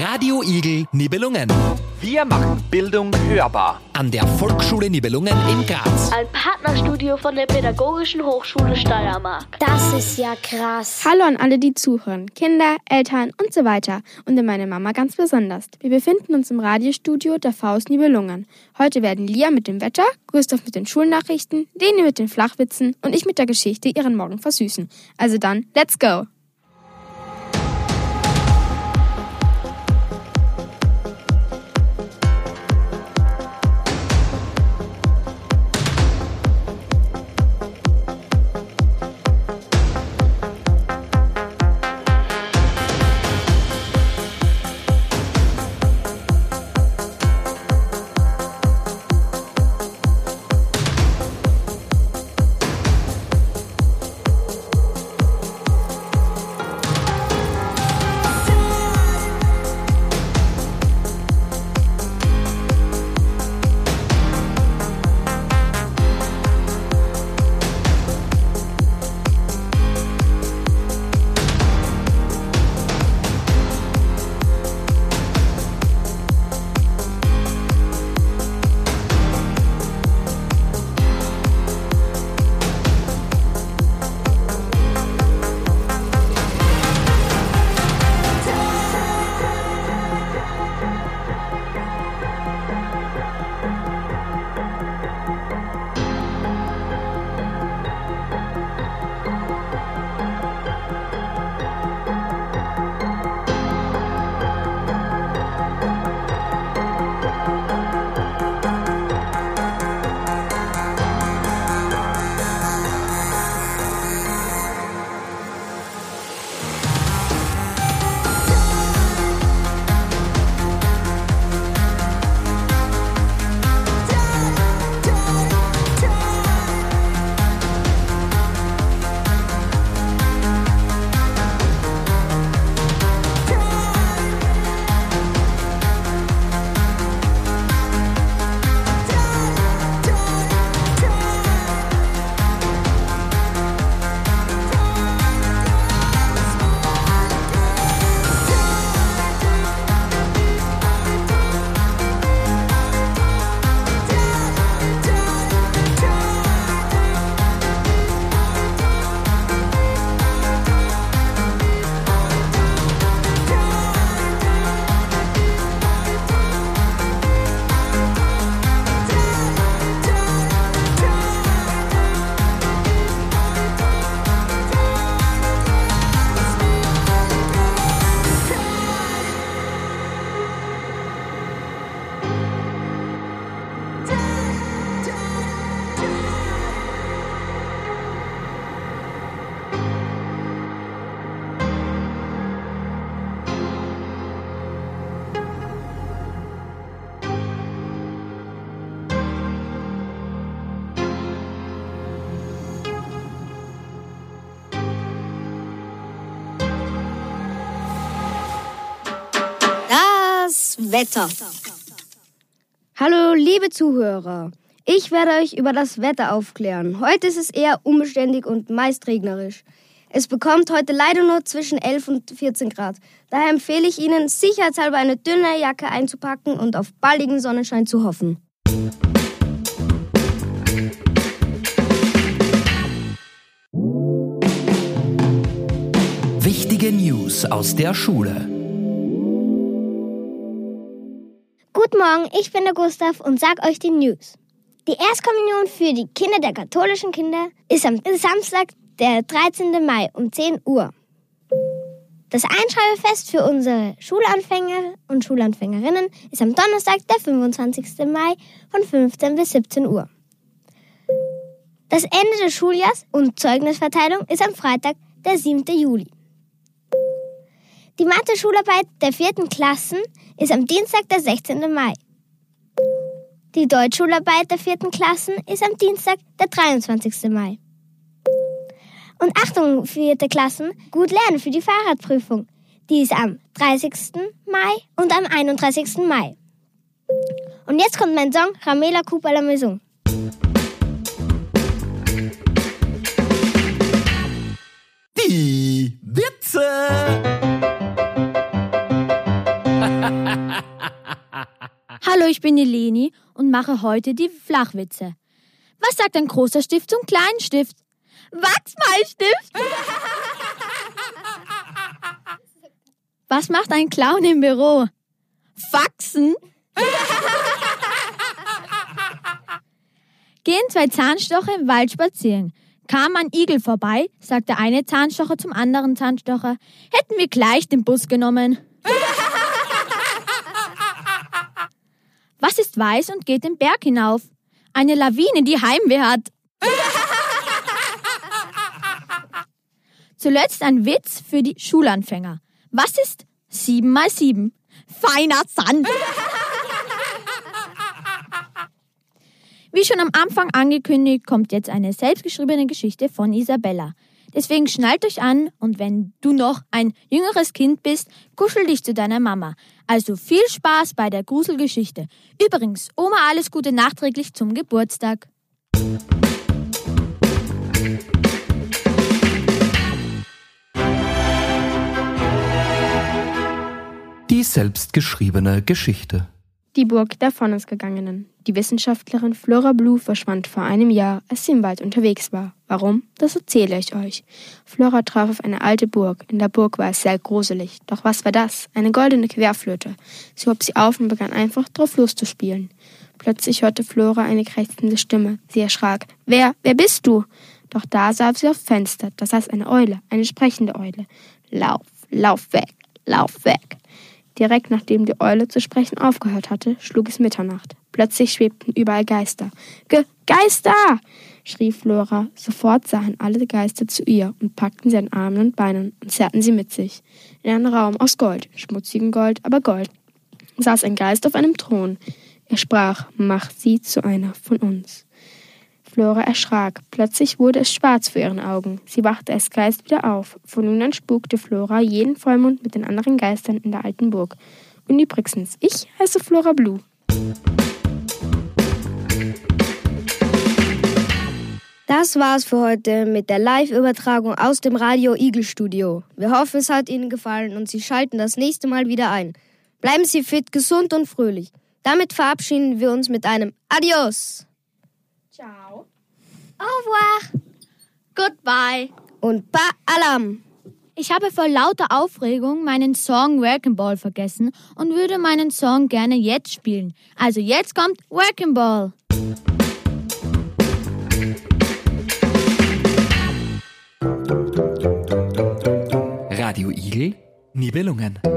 Radio Igel Nibelungen. Wir machen Bildung hörbar. An der Volksschule Nibelungen in Graz. Ein Partnerstudio von der Pädagogischen Hochschule Steiermark. Das ist ja krass. Hallo an alle, die zuhören. Kinder, Eltern und so weiter. Und an meine Mama ganz besonders. Wir befinden uns im Radiostudio der Faust Nibelungen. Heute werden Lia mit dem Wetter, Gustav mit den Schulnachrichten, Leni mit den Flachwitzen und ich mit der Geschichte ihren Morgen versüßen. Also dann, let's go! Das Wetter. Hallo, liebe Zuhörer. Ich werde euch über das Wetter aufklären. Heute ist es eher unbeständig und meist regnerisch. Es bekommt heute leider nur zwischen 11 und 14 Grad. Daher empfehle ich Ihnen, sicherheitshalber eine dünne Jacke einzupacken und auf baldigen Sonnenschein zu hoffen. Wichtige News aus der Schule. Guten Morgen, ich bin der Gustav und sag euch die News. Die Erstkommunion für die Kinder der katholischen Kinder ist am Samstag, der 13. Mai um 10 Uhr. Das Einschreibefest für unsere Schulanfänger und Schulanfängerinnen ist am Donnerstag, der 25. Mai von 15 bis 17 Uhr. Das Ende des Schuljahrs und Zeugnisverteilung ist am Freitag, der 7. Juli. Die Mathe-Schularbeit der vierten Klassen ist am Dienstag, der 16. Mai. Die Deutschschularbeit der vierten Klassen ist am Dienstag, der 23. Mai. Und Achtung, vierte Klassen, gut lernen für die Fahrradprüfung. Die ist am 30. Mai und am 31. Mai. Und jetzt kommt mein Song Ramela Coupe à la Maison. Die Witze. Hallo, ich bin die Leni und mache heute die Flachwitze. Was sagt ein großer Stift zum kleinen Stift? Wachsmalstift! Was macht ein Clown im Büro? Faxen! Gehen zwei Zahnstocher im Wald spazieren. Kam ein Igel vorbei, sagte eine Zahnstocher zum anderen Zahnstocher, hätten wir gleich den Bus genommen. Was ist weiß und geht den Berg hinauf? Eine Lawine, die Heimweh hat. Zuletzt ein Witz für die Schulanfänger. Was ist sieben mal sieben? Feiner Sand. Wie schon am Anfang angekündigt, kommt jetzt eine selbstgeschriebene Geschichte von Isabella. Deswegen schnallt euch an und wenn du noch ein jüngeres Kind bist, kuschel dich zu deiner Mama. Also viel Spaß bei der Gruselgeschichte. Übrigens, Oma alles Gute nachträglich zum Geburtstag. Die selbstgeschriebene Geschichte. Die Burg der von uns gegangenen. Die Wissenschaftlerin Flora Blue verschwand vor einem Jahr, als sie im Wald unterwegs war. Warum? Das erzähle ich euch. Flora traf auf eine alte Burg. In der Burg war es sehr gruselig. Doch was war das? Eine goldene Querflöte. Sie hob sie auf und begann einfach drauf loszuspielen. Plötzlich hörte Flora eine krächzende Stimme. Sie erschrak. Wer, wer bist du? Doch da sah sie auf Fenster. Da saß eine Eule, eine sprechende Eule. Lauf, lauf weg, lauf weg. Direkt nachdem die Eule zu sprechen aufgehört hatte, schlug es Mitternacht. Plötzlich schwebten überall Geister. Ge Geister! schrie Flora. Sofort sahen alle Geister zu ihr und packten sie an Armen und Beinen und zerrten sie mit sich. In einen Raum aus Gold, schmutzigem Gold, aber Gold, saß ein Geist auf einem Thron. Er sprach, mach sie zu einer von uns. Flora erschrak. Plötzlich wurde es schwarz vor ihren Augen. Sie wachte als Geist wieder auf. Von nun an spukte Flora jeden Vollmond mit den anderen Geistern in der alten Burg. Und übrigens, ich heiße Flora Blue. Das war's für heute mit der Live-Übertragung aus dem Radio Igel Studio. Wir hoffen, es hat Ihnen gefallen und Sie schalten das nächste Mal wieder ein. Bleiben Sie fit, gesund und fröhlich. Damit verabschieden wir uns mit einem Adios Ciao. Au revoir. Goodbye. und Pa Alam. Ich habe vor lauter Aufregung meinen Song Wrecking Ball vergessen und würde meinen Song gerne jetzt spielen. Also jetzt kommt Wrecking Ball. Radio Igel, Nibelungen.